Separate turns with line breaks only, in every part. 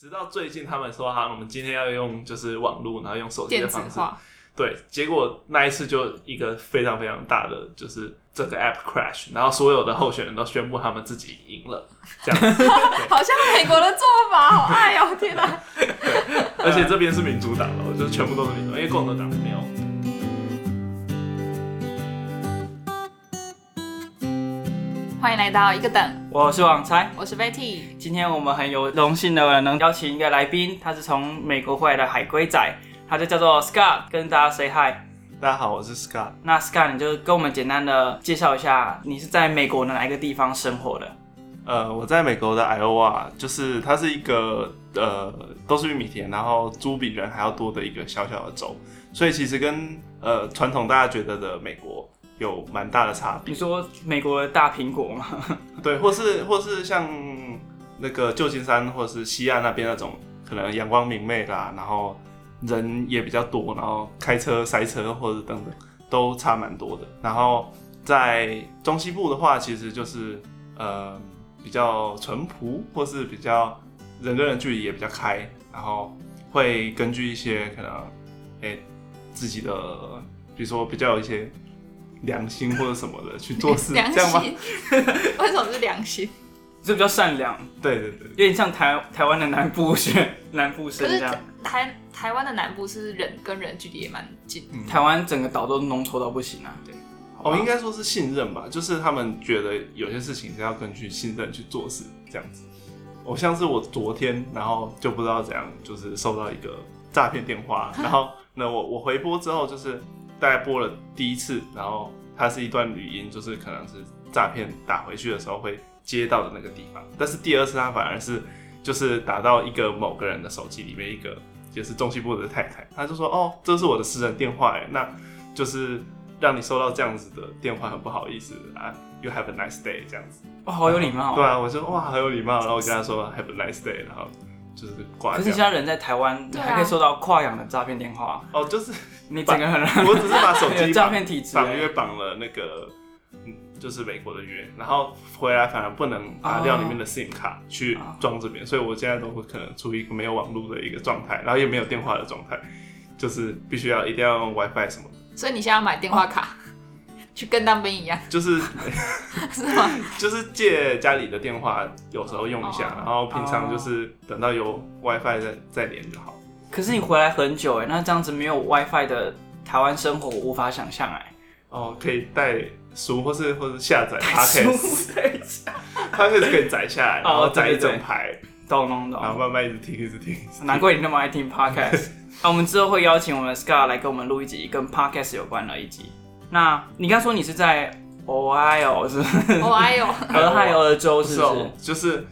直到最近他们说，好，我们今天要用就是网络，然后用手机
电
的
子
方式，
化，
对，结果那一次就一个非常非常大的，就是这个 app crash，然后所有的候选人都宣布他们自己赢了，这 样，
好像美国的做法，好爱哦，天哪！
而且这边是民主党的，就是全部都是民主党，因为共和党没有。
欢迎来到一个等，
我是网才，
我是 Betty，
今天我们很有荣幸的能邀请一个来宾，他是从美国回来的海归仔，他就叫做 Scott，跟大家 say hi。
大家好，我是 Scott。
那 Scott，你就跟我们简单的介绍一下，你是在美国的哪一个地方生活的？
呃，我在美国的 Iowa，就是它是一个呃都是玉米田，然后猪比人还要多的一个小小的州，所以其实跟呃传统大家觉得的美国有蛮大的差别
你。说美国的大苹果吗？
对，或是或是像那个旧金山或是西岸那边那种，可能阳光明媚啦，然后人也比较多，然后开车塞车或者等等都差蛮多的。然后在中西部的话，其实就是呃比较淳朴，或是比较人跟人距离也比较开，然后会根据一些可能诶、自己的，比如说比较有一些。良心或者什么的去做事，
良
这样吗？
心，为什么是良心？
是比较善良，
对对对，
有点像台台湾的南部学南部生这样。
台台湾的南部是人跟人距离也蛮近，
台湾整个岛都浓稠到不行啊！好
哦，
吧
应该说是信任吧，就是他们觉得有些事情是要根据信任去做事，这样子。我像是我昨天，然后就不知道怎样，就是收到一个诈骗电话， 然后那我我回拨之后，就是大概拨了第一次，然后它是一段语音，就是可能是诈骗打回去的时候会接到的那个地方，但是第二次它反而是就是打到一个某个人的手机里面，一个就是中西部的太太，她就说哦，这是我的私人电话，哎，那就是让你收到这样子的电话，很不好意思啊。You have a nice day，这样子。
哇，哦好有礼貌。
对啊，我就哇，好有礼貌。然后我跟他说 Have a nice day，然后就是挂
可是你
掉。
现在人在台湾，你
对啊
还可以收到跨洋的诈骗电话，
哦，就是
你整个很
我只是把手
有
机
诈
绑
骗体质
绑
欸。
约绑了那个，嗯，就是美国的约，然后回来反而不能拿
哦
掉里面的 SIM 卡去装这边，所以我现在都会可能处于一个没有网络的一个状态，然后也没有电话的状态，就是必须要一定要用 WiFi 什么的，
所以你现在要买电话卡， 去跟当兵一样，
就是
是吗？
就是借家里的电话，有时候用一下，
哦
然后平常就是等到有
哦
WiFi 再再连就好。
可是你回来很久哎，那这样子没有 WiFi 的台湾生活，我无法想象哎。
哦，可以带书或是或是下载 Podcast，Podcast
对，
可以载下来，然
哦
后
对
载一
对对
整排，
懂懂
然后
懂，
慢慢一直听一直听。一直听
难怪你那么爱 听 podcast。那、我们之后会邀请我们的 Scar 来跟我们录一集跟 podcast 有关的一集。那你刚说你是在 Ohio 是不 是？
哦哎呦，
俄亥俄州
不
是
是
不
哦
是？，
就是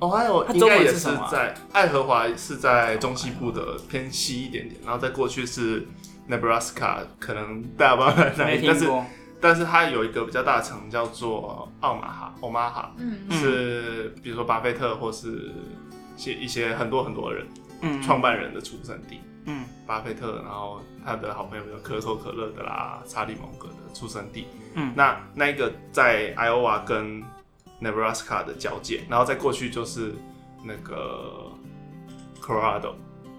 哦，还有
它
应
中文
该也
是什么啊
在爱荷华是在中西部的偏西一点点，然后再过去是 Nebraska，可能大家不知道在哪
没
里，但
听
是
过。
但是它有一个比较大的城叫做奥马哈，奥马哈
嗯，
是比如说巴菲特或是一些一些很多很多人
嗯，
创办人的出生地，
嗯
巴菲特，然后他的好朋友有可口可乐的啦，查理蒙格的出生地。
嗯
那那一个在 Iowa 跟 Nebraska 的交界，然后再过去就是那个 Colorado，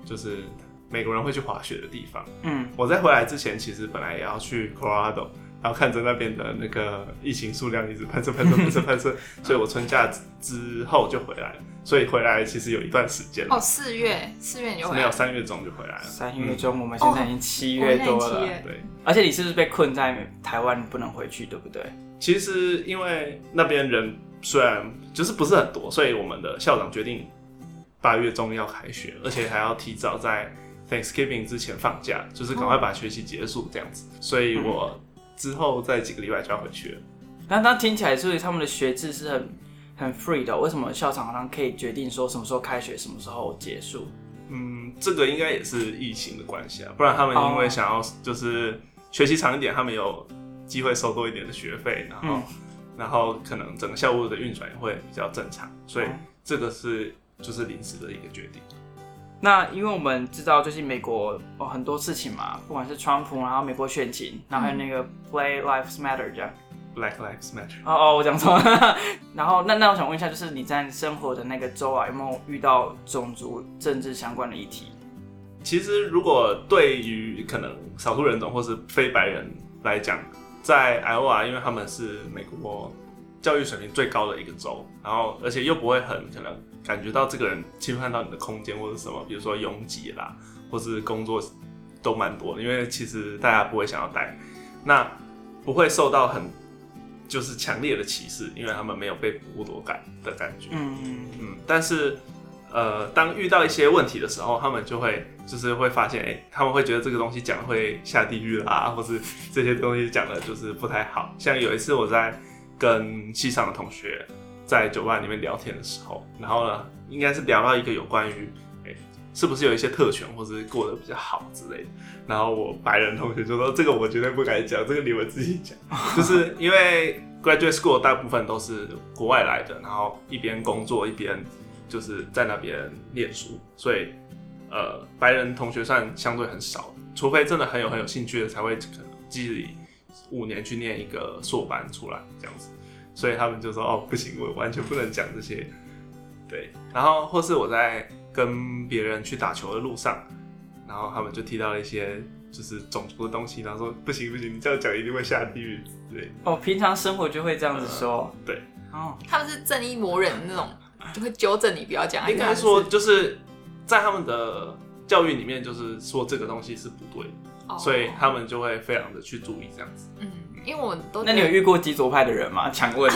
就是美国人会去滑雪的地方。
嗯，
我在回来之前，其实本来也要去 Colorado，然后看着那边的那个疫情数量一直攀升、攀 升、攀升、攀升，所以我春假之后就回来了。所以回来其实有一段时间了，
哦，四月四月你就回
没
来
有，三月中就回来了。
三月
嗯
中，我们现在已经七
哦我
月
们现在已经
多
七
了，
月，
对，
而且你是不是被困在台湾，你不能回去，对不对？
其实因为那边人虽然就是不是很多，所以我们的校长决定八月中要开学，而且还要提早在 Thanksgiving 之前放假，就是赶
哦
快把学期结束这样子。所以
嗯
我之后在几个礼拜就要回去了。
那那听起来，所以他们的学制是很很 free 的哦。为什么校长好像可以决定说什么时候开学，什么时候结束？
嗯，这个应该也是疫情的关系啊，不然他们
哦
因为想要就是学习长一点，他们有机会收多一点的学费，然后、
嗯
然后可能整个校务的运转也会比较正常，所以
哦
这个是就是临时的一个决定。
那因为我们知道最近美国哦啊很多事情嘛，不管是川普，然后美国选情，然后还有那个 Play Lives Matter 这样。
Black Lives Matter。
哦哦，我讲错了。 然后那那我想问一下，就是你在生活的那个州啊，有没有遇到种族政治相关的议题？
其实，如果对于可能少数人种或是非白人来讲，在 Iowa，因为他们是美国教育水平最高的一个州，然后而且又不会很可能感觉到这个人侵犯到你的空间或者什么，比如说拥挤啦，或是工作都蛮多的，因为其实大家不会想要待，那不会受到很就是强烈的歧视，因为他们没有被剥夺感的感觉。
嗯，
嗯，但是呃，当遇到一些问题的时候，他们就会就是会发现，哎、他们会觉得这个东西讲得会下地狱啦，或是这些东西讲的就是不太好。像有一次我在跟系上的同学在酒吧里面聊天的时候，然后呢，应该是聊到一个有关于。诶是不是有一些特权，或是过得比较好之类的？然后我白人同学就说：“这个我绝对不敢讲，这个你们自己讲。” 就是因为 graduate school 大部分都是国外来的，然后一边工作一边就是在那边念书，所以呃，白人同学算相对很少，除非真的很有很有兴趣的才会可能自己五年去念一个硕班出来这样子，所以他们就说哦不行，我完全不能讲这些，对，然后或是我在跟别人去打球的路上，然后他们就提到了一些就是种族的东西，然后说不行不行，你这样讲一定会下地狱，对，
哦，平常生活就会这样子说。
对，
哦，
他们是正义魔人那种，就会纠正你不要
啊
讲。
应该说就是在他们的教育里面，就是说这个东西是不对的。
哦，
所以他们就会非常的去注意这样子。
嗯，因为我
哦
们都
那你有遇过极左派的人吗？强 问。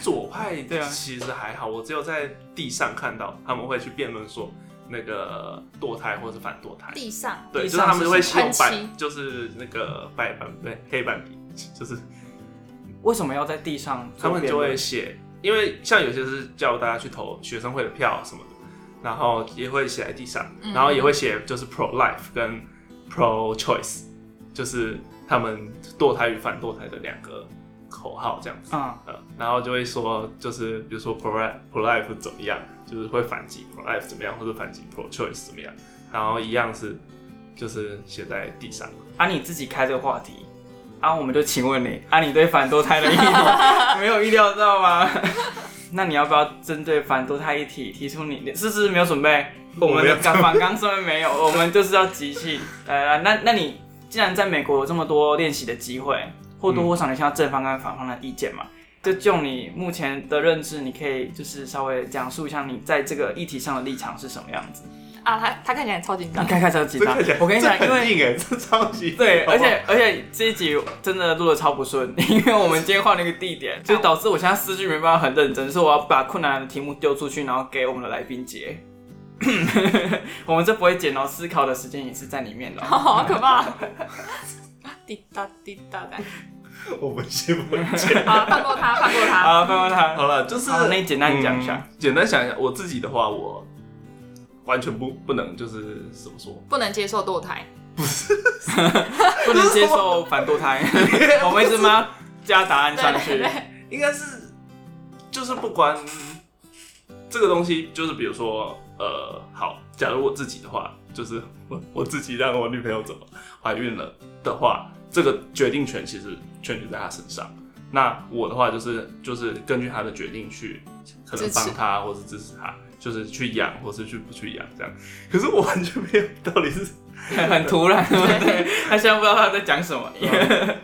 左派
对啊
其实还好，我只有在地上看到他们会去辩论说那个堕胎或是反堕胎。
地上
对，
地
就是
上
他们
是
会
什么
用
喷漆
白，就是那个白板对黑板笔，就是
为什么要在地上
他
做
们
辩论？
就会写，因为像有些是叫大家去投学生会的票什么的，然后也会写在地上，
嗯
然后也会写就是 pro life 跟 pro choice，就是他们堕胎与反堕胎的两个口号这样子。
嗯，
呃，然后就会说，就是比如说 pro life pro life 怎么样，就是会反击 pro life 怎么样，或者反击 pro choice 怎么样，然后一样是就是写在地上。
啊，你自己开这个话题，啊，我们就请问你，啊，你对反堕胎的议题没有预料到吗？ 那你要不要针对反堕胎议题提出你的？是不是没有准备？我们的
没有
反反纲上面没有，我们就是要即兴。呃，那那你既然在美国有这么多练习的机会，或多或少你听到正方跟反方的意见嘛？就就你目前的认知，你可以就是稍微讲述一下你在这个议题上的立场是什么样子。
啊，他他看起来超紧张
你，看看这几张，我跟你讲，
这
因为
很硬哎，这超级硬
对，
好
而
不好
且而且这一集真的录的超不顺， 因为我们今天换了一个地点，就导致我现在思绪没办法很认真，所以我要把困难的题目丢出去，然后给我们的来宾解。 我们这不会剪哦，思考的时间也是在里面的哦。
好可怕。滴答滴答的，
我们先不讲。
好，放过他，放过他。
好，放过 他。
好了，就是
好那你简单讲一下
嗯简单想一下我自己的话，我完全不不能就是怎么说，
不能接受堕胎，
不能接受反 堕胎，我们一直吗？加答案上去，
应该是就是不管这个东西，就是比如说呃，好，假如我自己的话，就是我我自己让我女朋友怎么怀孕了的话，这个决定权其实全权在她身上。那我的话就是就是根据她的决定去，可能
支持
帮她或是支持她，就是去养或是去不去养这样。可是我完全没有到底是
很突然，对不 对？他现在不知道他在讲什么。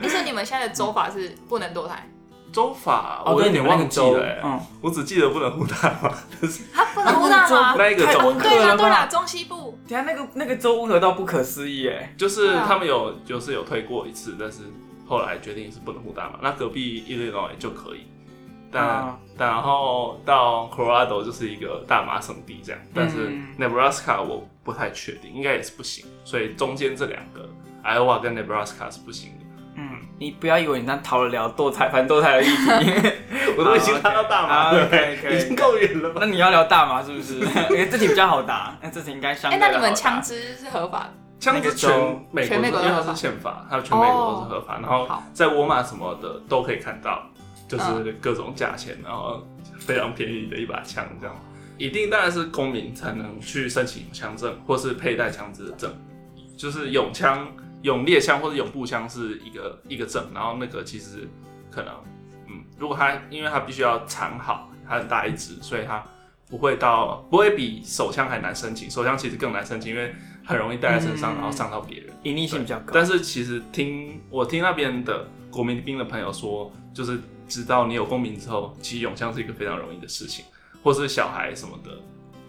而且你们现在的走法是不能堕胎，
州法，
哦，
我有
对，你
点
们那
忘
个
记
州
了、欸，
嗯，
我只记得不能呼大麻，但是
他啊不能误大吗？
那一个
太
州
苛
对
了
啦
吧
对啊啦，中西部
等一下那个那个州乌合到不可思议哎。
就是他们有就是有推过一次，但是后来决定是不能互打嘛。那隔壁 Illinois 就可以，但、
啊
然后到 Colorado 就是一个大麻圣地这样，但是
嗯
Nebraska 我不太确定，应该也是不行。所以中间这两个 Iowa 跟 Nebraska 是不行的。
嗯，你不要以为你这样逃得了堕胎、反堕胎的议题，
我都已经看到大麻了，
OK，OK，OK
已经够远了吧？
那你要聊大麻是 不是？哎这题比较好答，那这题应该相
哎、
对
那
的
你
好
们
答
枪支是合法的？
枪支全美国
全
是，
美
因
国
为
都合法哦
它是宪法，它全美国都是合法。然后
好嗯
在沃尔玛什么的都可以看到，就是各种价钱，然后非常便宜的一把枪这样。一定当然是公民才能去申请枪证，或是佩戴枪支的证。就是永枪、永猎枪或者永步枪是一个一个证，然后那个其实可能，嗯，如果它因为它必须要藏好，它很大一支，所以它不会到不会比手枪还难申请，手枪其实更难申请，因为很容易带在身上，
嗯
然后伤到别人。
隐匿性比较高。
但是其实听我听那边的国民兵的朋友说，就是知道你有公民之后，其实永枪是一个非常容易的事情，或是小孩什么的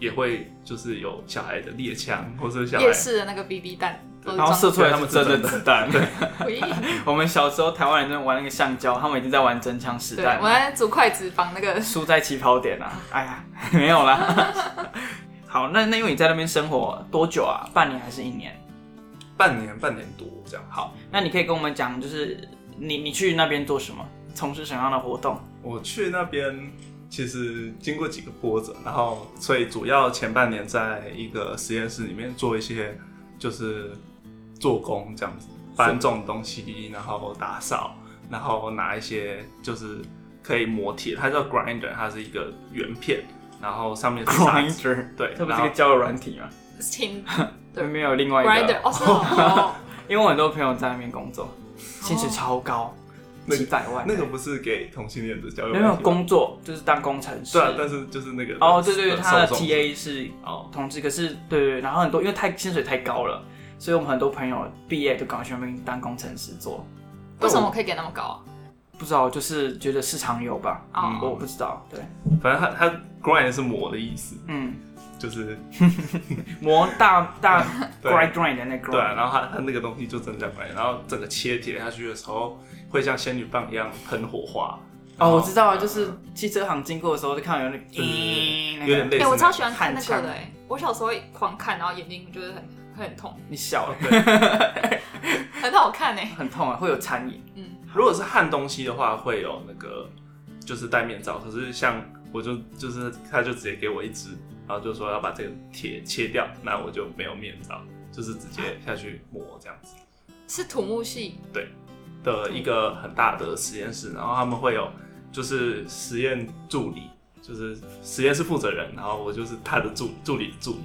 也会就是有小孩的猎枪，或是小孩
夜市的那个 BB 弹都是
然后射
装
出
对
来他
他
们
们
真
是
的
真
子弹。对，
回忆。
我们小时候台湾人在玩那个橡胶，他们已经在玩真枪实
对，
弹
我。在煮筷子绑那个，
输在起跑点啊！哎呀， 没有啦。 好，那那因为你在那边生活多久啊？半年还是一年？
半年半年多这样。
好，那你可以跟我们讲，就是你你去那边做什么，从事什么样的活 动？
我去那边其实经过几个波折，然后所以主要前半年在一个实验室里面做一些就是做工这样子，搬重的东西，然后打扫，然后拿一些就是可以磨铁，它叫 grinder，它是一个圆片，然后上面是沙子，对，
这不
然
嗯是
后
个交友软体吗？
请
对，
对
没有另外一
grinder
个，
哦，是 哦，
因为我很多朋友在那边工作，薪水超高，
那个
几百万。
那个不是给同性恋的交友
没有
软体吗
工作就是当工程师
对。啊，但是就是那个
哦，对对对，
呃
他的
受众
TA 是
哦，
同志，可是对对，对然后很多因为太薪水太高了，所以我们很多朋友毕业就赶快去那边当工程师做。
为什么可以给那么高
不知道，就是觉得市场有吧，
啊？
我
哦，
不知道。对，
反正他他 grind 是磨的意思，
嗯，
就是
磨大大
对
grind grind 的那个
对啊，
grind，
然后它它那个东西就真的在白，然后整个切铁下去的时候，会像仙女棒一样喷火花。然
哦，
后
我知道，就是汽车行经过的时候就看到有那个，
对对
咦
嗯有点
那个
类似那
哎，
个。
我超喜欢看那
焊
个
枪
的，哎，我小时候狂看，然后眼睛就是很会很痛，
你笑了，
很好看哎，
很痛啊，会有残影。
嗯，
如果是焊东西的话，会有那个就是戴面罩，可是像我就就是他就直接给我一支，然后就说要把这个铁切掉，那我就没有面罩，就是直接下去磨这样子
是土木系，
的一个很大的实验室，然后他们会有就是实验助理，就是实验室负责人，然后我就是他的助助理助理，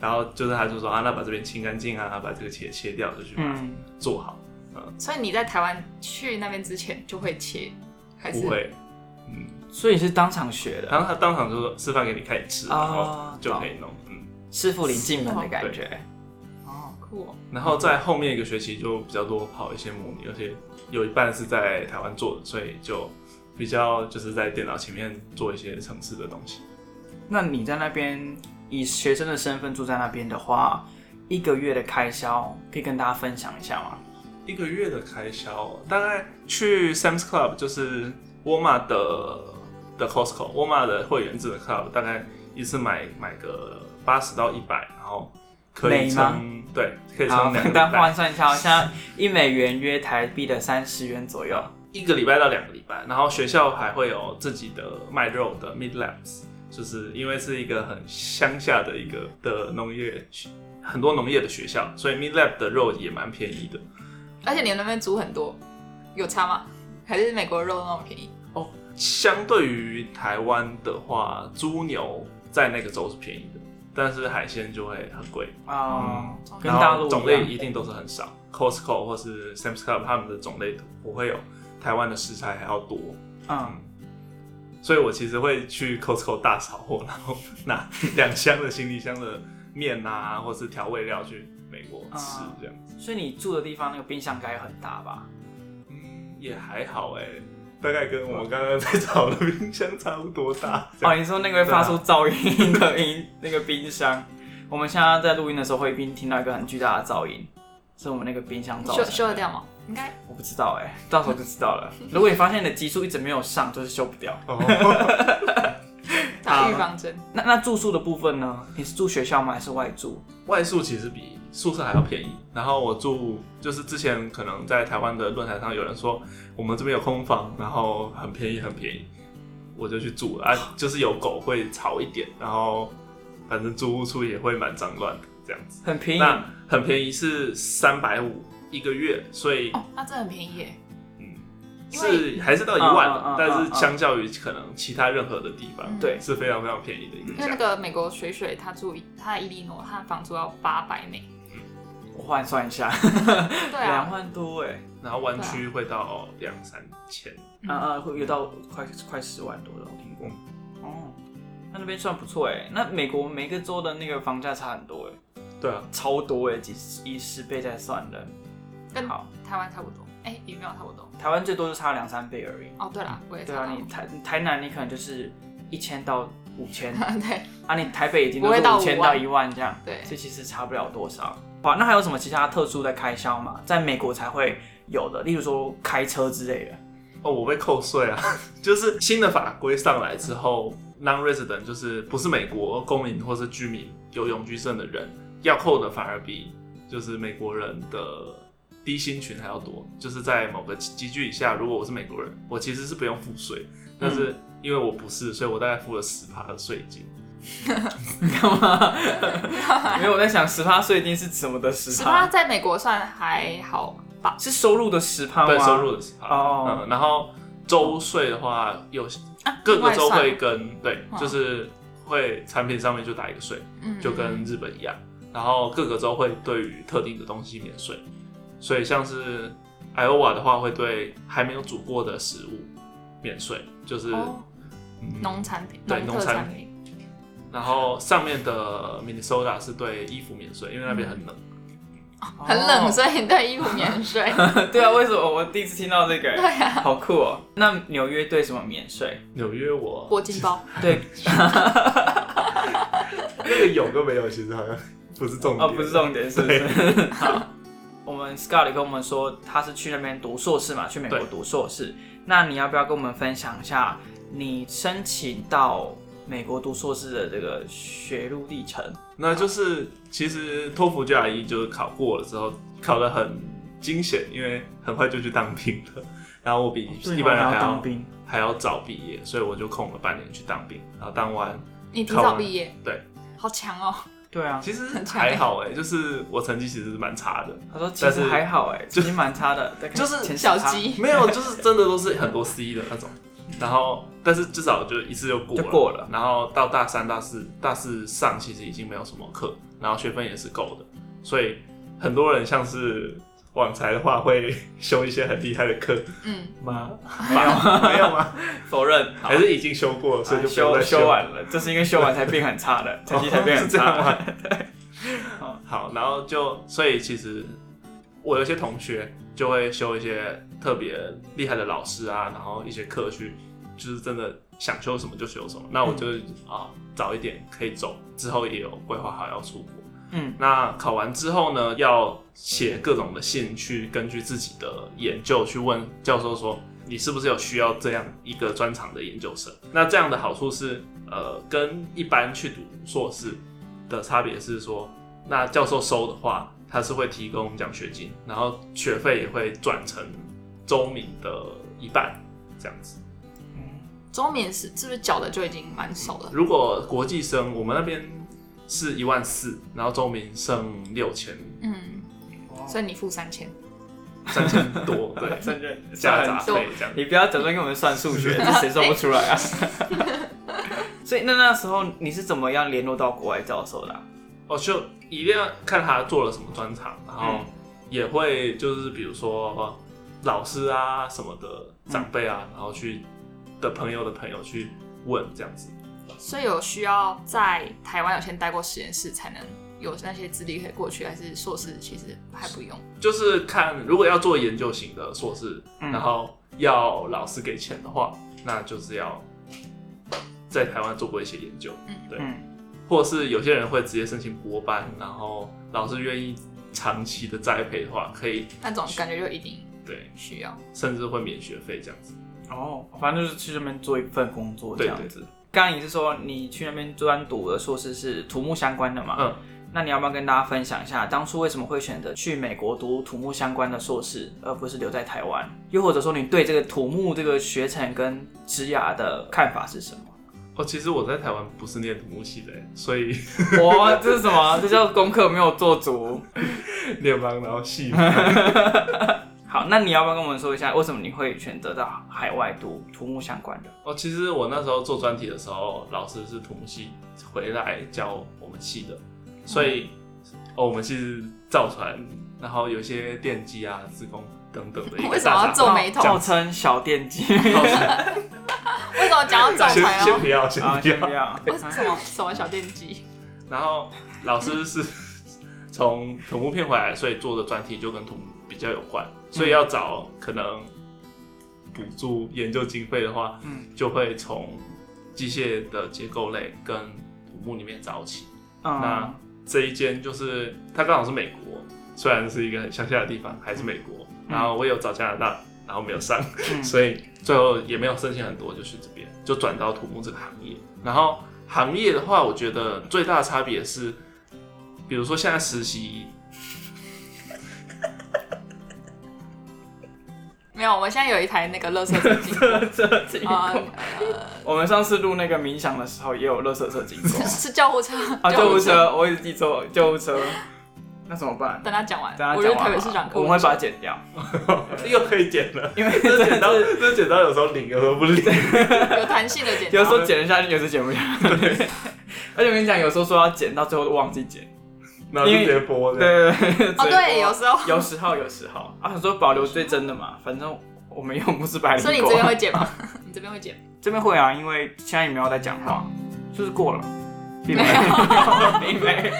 然后就是他就说啊，那把这边清干净啊，把这个切切掉就去把它
嗯，
做好，
所以你在台湾去那边之前就会切，还是
不会，嗯。
所以你是当场学的
然后他当场就说示范给你看你吃，然后
啊，
就可
懂
以弄。嗯，
师傅领进门的感觉。
好酷哦？
然后在后面一个学期就比较多跑一些模拟，而且有一半是在台湾做的，所以就比较就是在电脑前面做一些城市的东西。
那你在那边以学生的身份住在那边的话，一个月的开销可以跟大家分享一下吗？
一个月的开销大概去 Sam's Club 就是沃尔玛的的 Costco，沃尔玛的会员制的 Club，大概一次买买个八十到一百，然后可以
美吗
撑对，可以
好，
撑两个
跟
礼
大家
拜
换算一下哦，现在一美元约台币的三十元左右。
一个礼拜到两个礼拜，然后学校还会有自己的卖肉的 meat labs，就是因为是一个很乡下的一个的农业学，很多农业的学校，所以 meat lab 的肉也蛮便宜的。
而且你们那边煮很多，有差吗？还是美国肉那么便宜？
相对于台湾的话，猪牛在那个州是便宜的，但是海鲜就会很贵，
哦，跟
嗯然
大
后
陆一样
种类一定都是很少。Costco 或是 Sam's Club 他们的种类不会有台湾的食材还要多，
嗯，
所以我其实会去 Costco 大扫货，然后拿两箱的行李箱的面啊，或是调味料去美国吃
啊
这样子。
所以你住的地方那个冰箱应该很大吧？
嗯，也还好哎、大概跟我们刚刚在找的冰箱差不多大。这样
哦，你说那个会发出噪音的音、 那个冰箱，我们现在在录音的时候会一边听到一个很巨大的噪音，是我们那个冰箱造
修
成
修
的。
得掉吗？应该
啊
我不知 道哎、到时候就知道了。如果你发现你的集数一直没有上，就是修不掉。
打预防针。
那那住宿的部分呢？你是住学校吗？还是外住？
外宿其实比宿舍还要便宜。然后我住就是之前可能在台湾的论坛上有人说我们这边有空房，然后很便宜很便宜，我就去住了 啊。就是有狗会吵一点，然后反正租屋处也会蛮脏乱的这样子。
很便宜，
那很便宜是三百五一个月，所以
哦，那真的很便宜耶。
嗯
因为
是还是到一万
嗯嗯
的，
嗯
但是相较于可能其他任何的地方，
嗯
对
是非常非常便宜的一个
因为那
价。
个美国水水他住他在伊利诺，他的房租要八百美，
我换算一下，
对
两
啊，
万多哎，
然后湾区会到两三千，
嗯
啊啊，会有到快快十万多了，我听过。哦，那那边算不错哎，那美国每个州的那个房价差很多哎，
对啊，
超多哎，几十以十倍在算的。
跟
好，
台湾差不多，哎、也没有差不多。
台湾最多就差两三倍而已。
哦，对啦，我也
对
差
啊，
不
你
多
台台南你可能就是一千到五 千，
对
啊，你台北已经都
不会
是
到
五
5
千到
万
一万这样，
对
这其实差不了多少。哇，那还有什么其他特殊的开销吗？在美国才会有的，例如说开车之类的。
哦，我被扣税啊， 就是新的法规上来之后，non-resident 就是不是美国公民或是居民有永居证的人，要扣的反而比就是美国人的低薪群还要多，就是在某个集聚以下，如果我是美国人，我其实是不用付税，但是因为我不是，所以我大概付了十趴的税金。
干 嘛？没有，我在想十趴税金是什么的十
十趴在美国算还好吧？
是收入的十趴吗？
对，收入的十趴。
哦
嗯，然后州税的话，有
啊
各个
另外
州
算
会跟对，
嗯
就是会产品上面就打一个税，
嗯
就跟日本一样。然后各个州会对于特定的东西免税，所以像是 Iowa 的话，会对还没有煮过的食物免税，就是、
哦
嗯
农产品、
对
农特
农产
产品，
然后上面的 Minnesota 是对衣服免税，因为那边很冷。
哦
很冷，所以你对衣服免 税。
对啊，为什么我第一次听到这个？
对啊，
好酷哦！那纽约对什么免税？
纽约我
铂金包，
对，
那个有跟没有其实好像不是重点，
哦，不是重点，是不是？ 好，我们 Scott 也跟我们说他是去那边读硕士嘛，去美国
对
读硕士。那你要不要跟我们分享一下你申请到美国读硕士的这个学路历程？
那就是其实托福 GRE 就是考过了之后，考得很惊险，因为很快就去当兵了。然后我
哦
比一般人还要
兵，
还要早毕业，所以我就空了半年去当兵。然后当完，
你提
考
早
完
毕业，
对，
好强哦。
对啊。
其实
很强
还好哎、就是我成绩其实是蛮差的，
他说其实
但是
还好哎，其实蛮 差的，大概
就是
前十
小
趴
鸡，
没有，就是真的都是很多 C 的那种。然后，但是至少就一次就过了。
就过了
然后到大三、大四、大四上，其实已经没有什么课，然后学分也是够的。所以很多人像是网才的话，会修一些很厉害的课
嗯，
吗？
没有
没有吗？
否认，好啊
还是已经修过了，所以就不用
修
再
修完了，就是因为修完才变很差 的，成绩才变
哦
很
是这
差
样吗
的。
好，然后就所以其实我有些同学就会修一些特别厉害的老师啊，然后一些课去，就是真的想修什么就修什么。那我就啊、早一点可以走，之后也有规划好要出国。
嗯，
那考完之后呢，要写各种的信去根据自己的研究去问教授说，你是不是有需要这样一个专长的研究生？那这样的好处是，呃，跟一般去读硕士的差别是说，那教授收的话，他是会提供奖学金，然后学费也会转成州民的一半这样子。
中免是是不是缴的就已经蛮少了？
如果国际生，我们那边是一万四，然后州民剩六千
嗯，所以你付三千，
三千多，对，
真的
加杂
多
费这样。
你不要假装给我们算数 学，这谁算不出来啊？所以那那时候你是怎么样联络到国外教授的啊、
哦，就一定要看他做了什么专场，然后
嗯
也会就是比如说老师啊什么的长辈啊，然后去的朋友的朋友去问这样子。
所以有需要在台湾有先待过实验室才能有那些资历可以过去，还是硕士其实还不用？
就是看如果要做研究型的硕士，
嗯
然后要老师给钱的话，那就是要在台湾做过一些研究，
嗯
对，
嗯，
或是有些人会直接申请博班，然后老师愿意长期的栽培的话，可以
那种感觉就一定
对，
需要。
甚至会免学费这样子。
哦，反正就是去那边做一份工作这
对
样
对
子。刚刚你是说你去那边专读的硕士是土木相关的嘛？
嗯，
那你要不要跟大家分享一下，当初为什么会选择去美国读土木相关的硕士，而不是留在台湾？又或者说你对这个土木这个学程跟职涯的看法是什么？
哦，其实我在台湾不是念土木系的，欸所以
哇，这是什么？啊这叫功课没有做足。
联邦然后系
好，那你要不要跟我们说一下，为什么你会选择到海外读土木相关的？
哦，其实我那时候做专题的时候，老师是土木系回来教我们系的，所以哦，我们是造船，然后有一些电机啊、自工等等的一个
为什么
大
要
厂
皱眉头？
号称小电 机。
为什么讲到总
先
裁
先
哦？
不 要，先
啊，
不
先
要
不。要。
为什么什么小电机？
然后老师是 从土木片回来，所以做的专题就跟土木比较有关，
嗯
所以要找可能补助研究经费的话，
嗯
就会从机械的结构类跟土木里面找起。
嗯
那，这一间就是它刚好是美国，虽然是一个很乡下的地方，还是美国。
嗯
然后我有找加拿大，然后没有上，
嗯
所以最后也没有申请很多，就去这边就转到土木这个行业。然后行业的话，我觉得最大的差别是，比如说现在实习，
没有，我们现在有一台那个乐色机机
这这一
啊，
口我们上次录那个冥想的时候，也有垃圾车经 过
呃是救护车
啊，救护。车，我一直记错救护车，那怎么办？
等他讲完
等，下
我觉得
讲完
台北市长
我们会把它剪掉，
又可以剪 了，
因为
这剪
真
刀
的是
这剪刀有时候灵，有时候不灵。
有弹性的剪
有时
刀。
候剪得下去，有时候剪不下去。 而且我跟你讲，有时候说要剪，到最后都忘记剪。
然后就直接播
对
的。
对对对，
哦，
所以
对，有时候，
有十号有十号啊，想说保留最真的嘛，反正我们又不是白领
所以你
过
这边会剪吗？ 你这边会剪？
这边会啊，因为现在也没有在讲话，就是过了，并没
没
有，并没。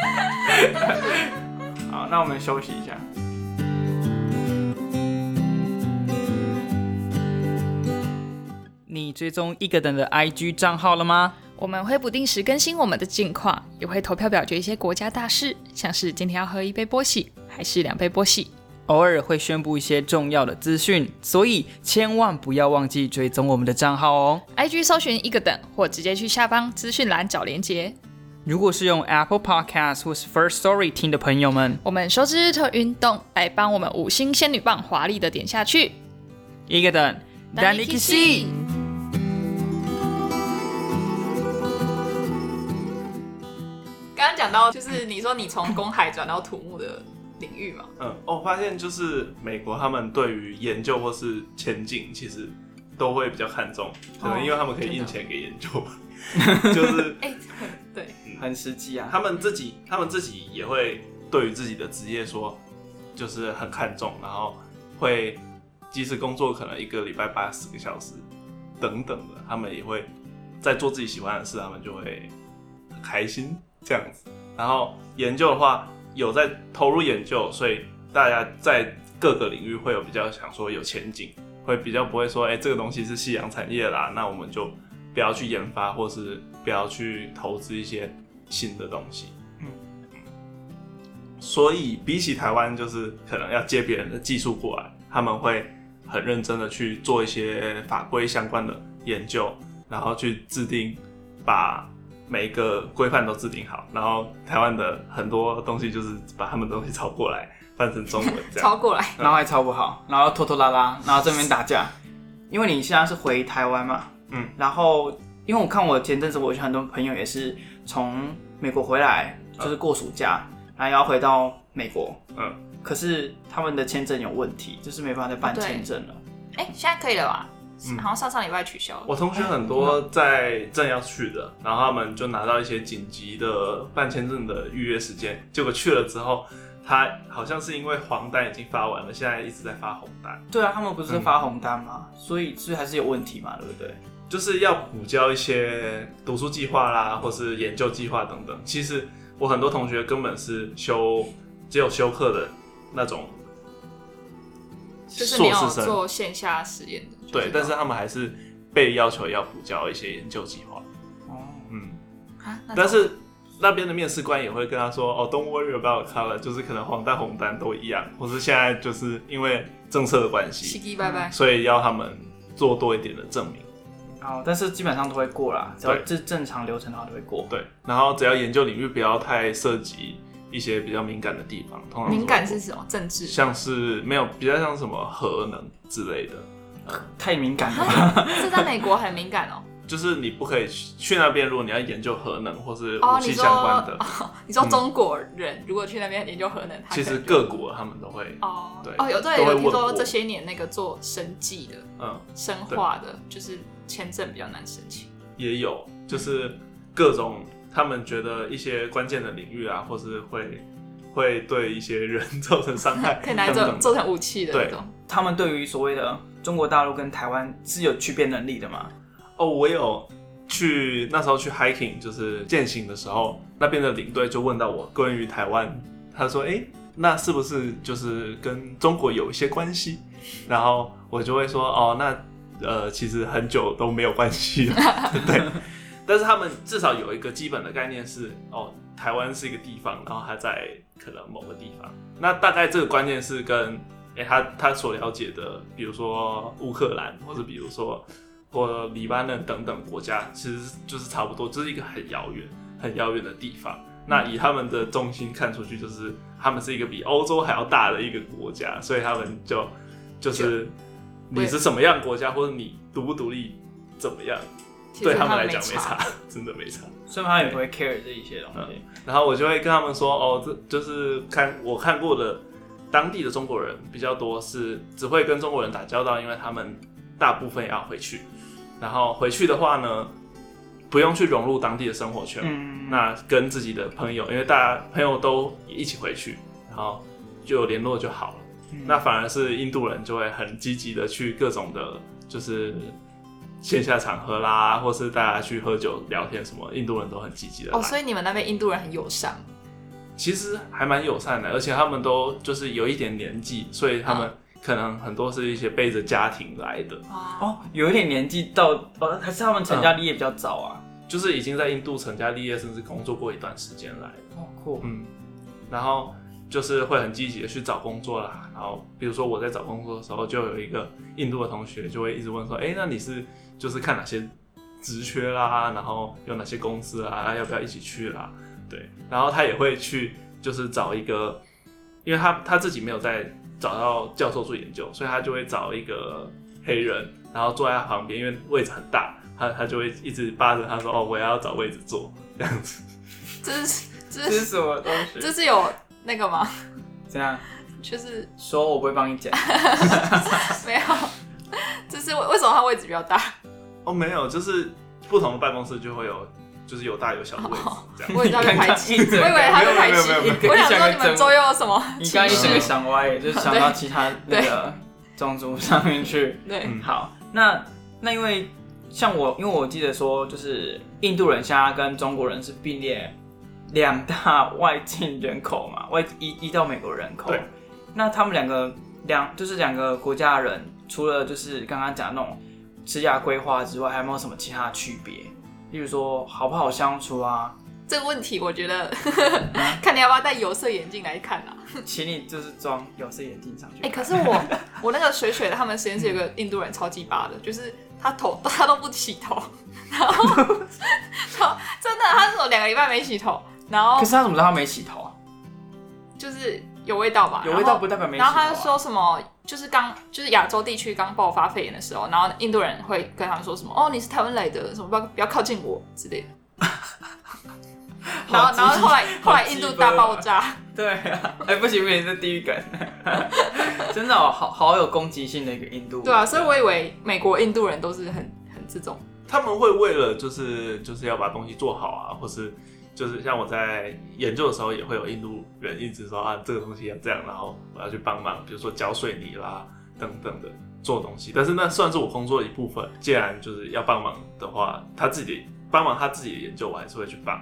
好，那我们休息一下。你追踪一个人的 IG 账号了吗？
我们会不定时更新我们的近况，也会投票表决一些国家大事，像是今天要喝一杯波喜还是两杯波喜。
偶尔会宣布一些重要的资讯，所以千万不要忘记追踪我们的账号哦。
IG 搜寻一个等，或直接去下方资讯栏找连结。
如果是用 Apple Podcast 或是 First Story 听的朋友们，
我们收支日特运动来帮我们五星仙女棒华丽的点下去。
一个等，丹尼克西。
刚刚讲到，就是你说你从公海转到土木的领域嘛，
嗯，哦我发现就是美国他们对于研究或是前景，其实都会比较看重，可
哦
能因为他们可以印钱给研究 吧，就是
哎、对，
很实际啊。
他们自己，他们自己也会对于自己的职业说，就是很看重，然后会即使工作可能一个礼拜八十个小时等等的，他们也会在做自己喜欢的事，他们就会很开心这样子。然后研究的话，有在投入研究，所以大家在各个领域会有比较想说有前景，会比较不会说，哎、这个东西是夕阳产业啦，那我们就不要去研发，或是不要去投资一些新的东西。
嗯
嗯，所以比起台湾，就是可能要接别人的技术过来，他们会很认真的去做一些法规相关的研究，然后去制定，把每一个规范都制定好。然后台湾的很多东西就是把他们的东西抄过来翻成中文这
超
样。
过来，
然后还抄不好，然后拖拖拉拉，然后这边打架。因为你现在是回台湾嘛，
嗯，
然后因为我看我前阵子我有很多朋友也是从美国回来，就是过暑假，然后要回到美国，
嗯，
可是他们的签证有问题，就是没办法再办
对
签证了。
哎、现在可以了吧？
嗯
好像上上礼拜取消了。
我同学很
哎
多在正要去的，然后他们就拿到一些紧急的办签证的预约时间，结果去了之后，他好像是因为黄单已经发完了，现在一直在发红单，
对啊，他们不
嗯
是发红单嘛，所以是还是有问题嘛，对不对？
就是要补交一些读书计划啦，或是研究计划等等。其实我很多同学根本是修只有修课的那种
就
硕
是没有
士生，
做线下实验的，就
对，但是他们还是被要求要补交一些研究计划，
哦，
嗯。
啊那
但是那边的面试官也会跟他说：“哦，Don't worry about color，就是可能黄单红单都一样，或是现在就是因为政策的关
西
系，
基拜拜，
所以要他们做多一点的证明。
哦，但是基本上都会过啦，只要
对
这正常流程的话都会过。
对，然后只要研究领域不要太涉及一些比较敏感的地方，通常
敏感是什么？政治？
嗯像是没有比较像什么核能之类的，
太敏感了吧。
啊是在美国很敏感哦。
就是你不可以去去那边，如果你要研究核能或是
哦
武器
你说
相关的，
你说中国人如果去那边研究核能，
嗯
他
其实
可能就
各国他们都会，
哦
对
哦有对
都会
有听
问
说
过
这些年那个做生计的
嗯，
生化的，就是签证比较难申请。
也有，就是各种他们觉得一些关键的领域啊，或是会会对一些人 造成伤害，
可以拿来
等
做
等
做成武器的那
对
种。
他们对于所谓的中国大陆跟台湾是有区别能力的嘛？
哦，我有去那时候去 hiking，就是践行的时候，那边的领队就问到我关于台湾，他说：“诶，那是不是就是跟中国有一些关系？”然后我就会说：“哦，那呃，其实很久都没有关系了。” 对，但是他们至少有一个基本的概念是：哦，台湾是一个地方，然后它在可能某个地方。那大概这个观念是跟。诶他他所了解的，比如说乌克兰，或者比如说或黎巴嫩等等国家，其实就是差不多，这、是一个很遥远、很遥远的地方。那以他们的重心看出去，就是他们是一个比欧洲还要大的一个国家，所以他们就就是你是什么样国家，或者你独不独立怎么样，
其实
对他们来
没
讲没
差
差，，真的没差。
所以他们也不会 care 这一些东西。
然后我就会跟他们说，哦，这就是看我看过的当地的中国人比较多，是只会跟中国人打交道，因为他们大部分要回去，然后回去的话呢，不用去融入当地的生活圈，
嗯，
那跟自己的朋友，因为大家朋友都一起回去，然后就有联络就好了。
嗯
那反而是印度人就会很积极的去各种的，就是
嗯
线下场合啦，或是大家去喝酒聊天什么，印度人都很积极的。
哦，所以你们那边印度人很友善，
其实还蛮友善的，而且他们都就是有一点年纪，所以他们可能很多是一些背着家庭来的，
哦，
哦，有一点年纪到，哦，还是他们成家立业比较早啊。
就是已经在印度成家立业，甚至工作过一段时间来的。
哦，酷，
嗯，然后就是会很积极的去找工作啦。然后比如说我在找工作的时候，就有一个印度的同学就会一直问说：“哎、那你是就是看哪些职缺啦，然后有哪些公司啊，要不要一起去啦？”对，然后他也会去就是找一个，因为他他自己没有在找到教授做研究，所以他就会找一个黑人，然后坐在他旁边，因为位置很大。他他就会一直扒着他说：“哦，我也要找位置坐。” 这样子，
这是这
这
是
是什么东西？
这是有那个吗？
怎样
就是
说？我不会帮 你讲。
没有， 这是为为什么他位置比较 大？
哦，没有，就是不同的办公室就会有，就是有大有小的位置这样。
我以为他被排
你
挤，我
刚
以
刚一整
为他被排
没有没有没
挤。
有
我想说你们周有什么
你
情
刚刚一整
绪
个？想歪了，就是想到其他那个种族上面去。
对，
嗯
好，那那因为像我，因为我记得说，就是印度人现在跟中国人是并列两大外进人口嘛， 外移移到美国人口
对。
那他们两个两就是两个国家的人，除了就是刚刚讲的那种职业规划之外，还有没有什么其他的区别？例如说好不好相处啊，
这个问题我觉得 看你要不要戴有色眼镜来看啊啦。
请你就是装有色眼镜上去
哎，可
看。
是我我那个水水他们实验室有个印度人超级巴的，就是他头他都不洗头，然后然后真的他是我两个礼拜没洗头，然后
可是他怎么知道他没洗头啊？
就是有味道吧，
有味
然
道
后
不代表没洗
然
头、
后
啊。
他就说什么，就是刚就是亚洲地区刚爆发肺炎的时候，然后印度人会跟他们说什么，哦，你是台湾来的，什么不要不要靠近我之类的。然
好
后
鸡
然后后来后来印度大爆 炸，
对啊，哎、不行不行，这地狱梗， 真的、哦、好好有攻击性的一个印度。
对啊，所以我以为美国印度人都是很很这种，
他们会为了就是就是要把东西做好啊，或是就是像我在研究的时候，也会有印度人一直说啊，这个东西要这样，然后我要去帮忙，比如说搅水泥啦等等的做东西。但是那算是我工作的一部分，既然就是要帮忙的话，他自己帮忙他自己的研究，我还是会去帮。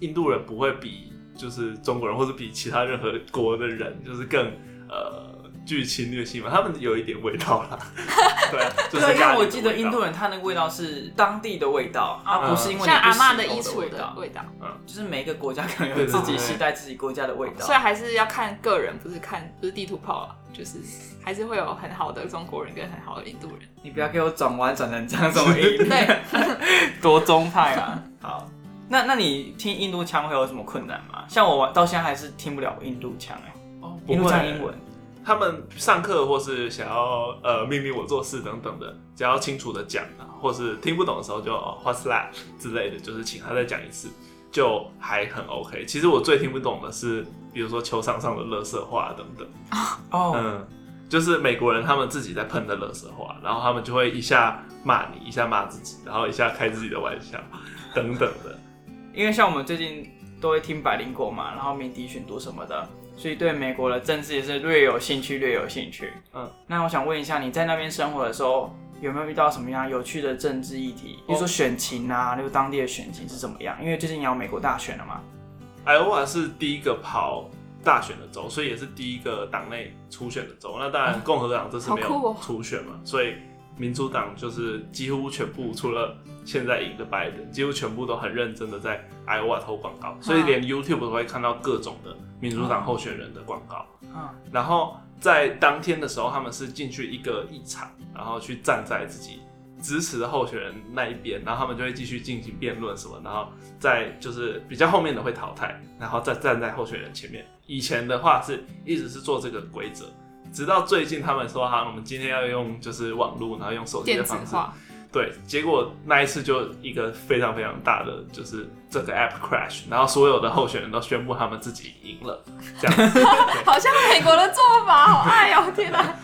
印度人不会比就是中国人或者比其他任何国的人就是更呃。具侵略性嘛，他们有一点味道啦， 对啊，就
对
是
啊，因
咖喱的
为我记得
味道
印度人他那个味道是当地的味道，而、
嗯
不是因为
像阿
妈
嬷的衣
味
橱的
道，
味道，
就是每一个国家可能有
对
自己
对对
期待自己国家的味道
所。以还是要啊看个人，不是看不是地图炮啊，就是还是会有很好的中国人跟很好的印度人。
你不要给我转弯转成这样，什么 印度
对，
多宗派啊！好，那那你听印度腔会有什么困难吗？像我到现在还是听不了印度腔哎、
哦不
印度
会
腔英文。
他们上课或是想要呃命令我做事等等的，只要清楚的讲啊，或是听不懂的时候就、哦、what's that 之类的，就是请他再讲一次，就还很 OK。其实我最听不懂的是，比如说球场上的垃圾话等等，
哦、
嗯，就是美国人他们自己在喷的垃圾话，然后他们就会一下骂你，一下骂自己，然后一下开自己的玩笑等等的。
因为像我们最近都会听百灵果嘛，然后鸣笛选读什么的，所以对美国的政治也是略有兴趣，略有兴趣。
嗯，
那我想问一下，你在那边生活的时候，有没有遇到什么样有趣的政治议题？比如说选情啊，例如当地的选情是怎么样？因为最近也有美国大选了嘛。
艾欧瓦是第一个跑大选的州，所以也是第一个党内初选的州。那当然，共和党这次没
哦好酷
有
哦
初选嘛，所以民主党就是几乎全部除了现在赢的拜登，几乎全部都很认真的在艾欧瓦投广告，
嗯
所以连 YouTube 都会看到各种的民主党候选人的广告。
嗯，
然后在当天的时候，他们是进去一个议场，然后去站在自己支持的候选人那一边，然后他们就会继续进行辩论什么，然后再就是比较后面的会淘汰，然后再站在候选人前面。以前的话是一直是做这个规则，直到最近他们说哈，我们今天要用就是网络，然后用手机
电
的
子
方式，
化，
对，结果那一次就一个非常非常大的，就是这个 app crash，然后所有的候选人都宣布他们自己赢了，这样子，
好像美国的做法，好爱哦，天哪！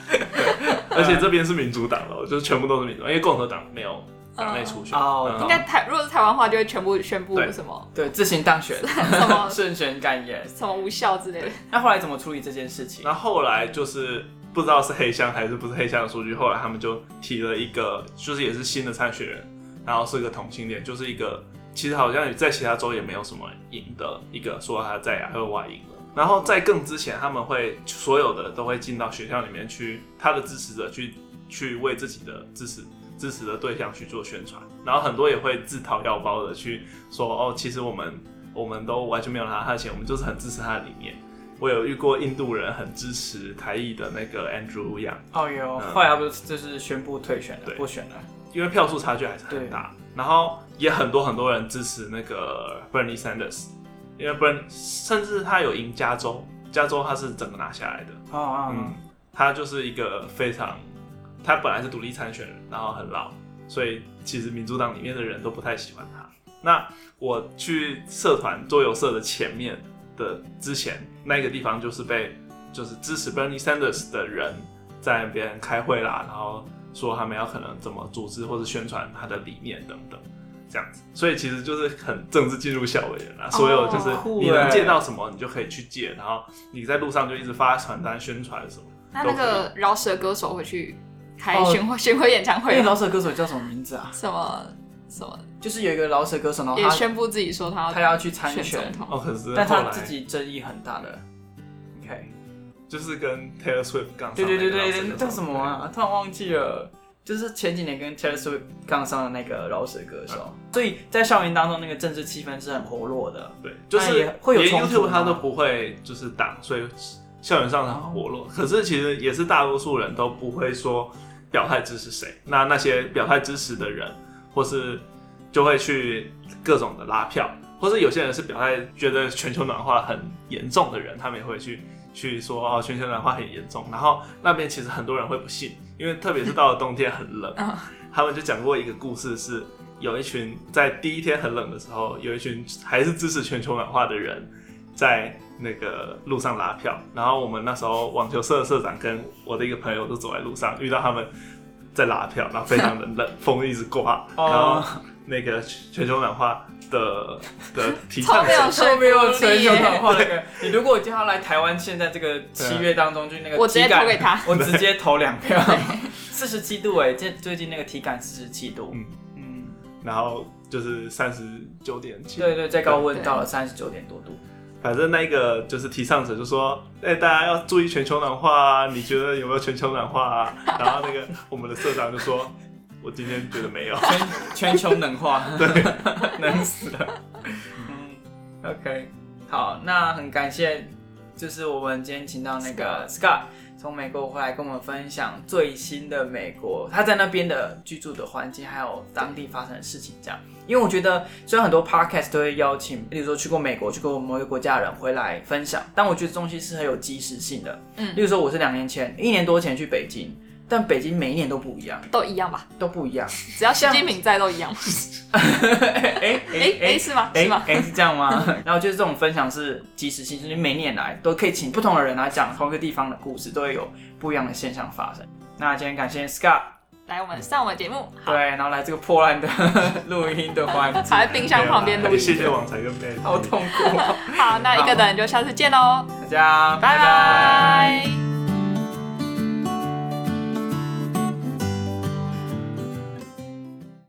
而且这边是民主党了，就是全部都是民主党，因为共和党没有党内初选，
哦
嗯
懂
应该台如果是台湾话，就会全部宣布
对
什 么
对，自行当选，
什么
胜选感言。
什么无效之类的。
那后来怎么处理这件事情？
然后后来就是不知道是黑箱还是不是黑箱的数据，后来他们就提了一个，就是也是新的参选人，然后是个同性恋，就是一个其实好像在其他州也没有什么赢的一个，说他在亚特瓦赢了。然后在更之前，他们会所有的都会进到学校里面去，他的支持者去去为自己的支持支持的对象去做宣传，然后很多也会自掏腰包的去说哦，其实我们我们都完全没有拿他的钱，我们就是很支持他的理念。我有遇过印度人很支持台裔的那个 Andrew Yang，
哦哟，
嗯
后来他不是就是宣布退选了，
对
不选了。
因为票数差距还是很大，然后也很多很多人支持那个 Bernie Sanders，因为 Bern 甚至他有赢加州，加州他是整个拿下来的，
哦哦
嗯，他就是一个非常，他本来是独立参选人，然后很老，所以其实民主党里面的人都不太喜欢他。那我去社团桌游社的前面的之前，那个地方就是被就是支持 Bernie Sanders 的人在那边开会啦，然后说他们要可能怎么组织或者宣传他的理念等等。这样子，所以其实就是很政治进入校园啦。所有就是
酷
你能
欸
借到什么，你就可以去借，然后你在路上就一直发传单宣传什么。
那那个饶舌歌手会去开巡回 巡回演唱
哦，那
会
个
吗，
老舍歌手叫什么名字啊？
什么什么
就是有一个老舍歌手，然后
也
哦他
宣布自己说他
他要去参
选
选
总，统，
哦，可是
但
后
他
来嗯
自己争议很大的。OK，
就是跟 Taylor Swift 杠上
对
那个
对对
老
对，
师
那
的
叫
时
什
候
么？啊？突然忘记了。就是前几年跟 Taylor Swift 杠上的那个饶舌歌手，
嗯
所以在校园当中那个政治气氛是很活络的。
对，就
那
是
也会有
连
冲突
YouTube 他
吗
都不会就是挡，所以校园上很活络。可是其实也是大多数人都不会说表态支持谁，那那些表态支持的人，或是就会去各种的拉票，或是有些人是表态觉得全球暖化很严重的人，他们也会去。去说哦，全球暖化很严重，然后那边其实很多人会不信，因为特别是到了冬天很冷，他们就讲过一个故事是，有一群在第一天很冷的时候，有一群还是支持全球暖化的人在那个路上拉票，然后我们那时候网球社的社长跟我的一个朋友都走在路上，遇到他们在拉票，然后非常的冷，风一直刮，然后那个全球暖化的的提
超
倡
没有
者，
说
都没有
服
全
力
球暖
耶，
化那个。你如果叫他来台湾，现在这个
啊
七月当中，就那个
我直接
体感
投给他，
我直接投两票。四十七度哎，这最近那个体感四十七度，
嗯
嗯，
然后就是三十九点七，
对对，最高温到了三十九点多度。
反正那个就是提倡者就说，哎、大家要注意全球暖化啊，你觉得有没有全球暖化啊？然后那个我们的社长就说，我今天觉得没有。
全全球冷 化，冷死了。嗯，OK，好，那很感谢，就是我们今天请到那个 Scott 从美国回来跟我们分享最新的美国，他在那边的居住的环境，还有当地发生的事情，这样。因为我觉得，虽然很多 podcast 都会邀请，例如说去过美国、去过某一个国家的人回来分享，但我觉得这东西是很有及时性的。
嗯
例如说，我是两年前、一年多前去北京，但北京每一年都不一样，
都一样吧，
都不一样。
只要习近平在都一样嘛。
哎
哎哎，是吗？
哎
是吗？
哎，是这 样吗？然后就是这种分享是即时性，就是你每年来都可以请不同的人来讲同一个地方的故事，都会有不一样的现象发生。那今天感谢 Scott，
来我们上我们节目，好
对，，然后来这个破烂的 录音的环节，
还在冰箱旁边录
也
音。
谢谢网才跟贝，
好痛苦、哦。
好，那一个人就下次见喽，
大家
拜拜。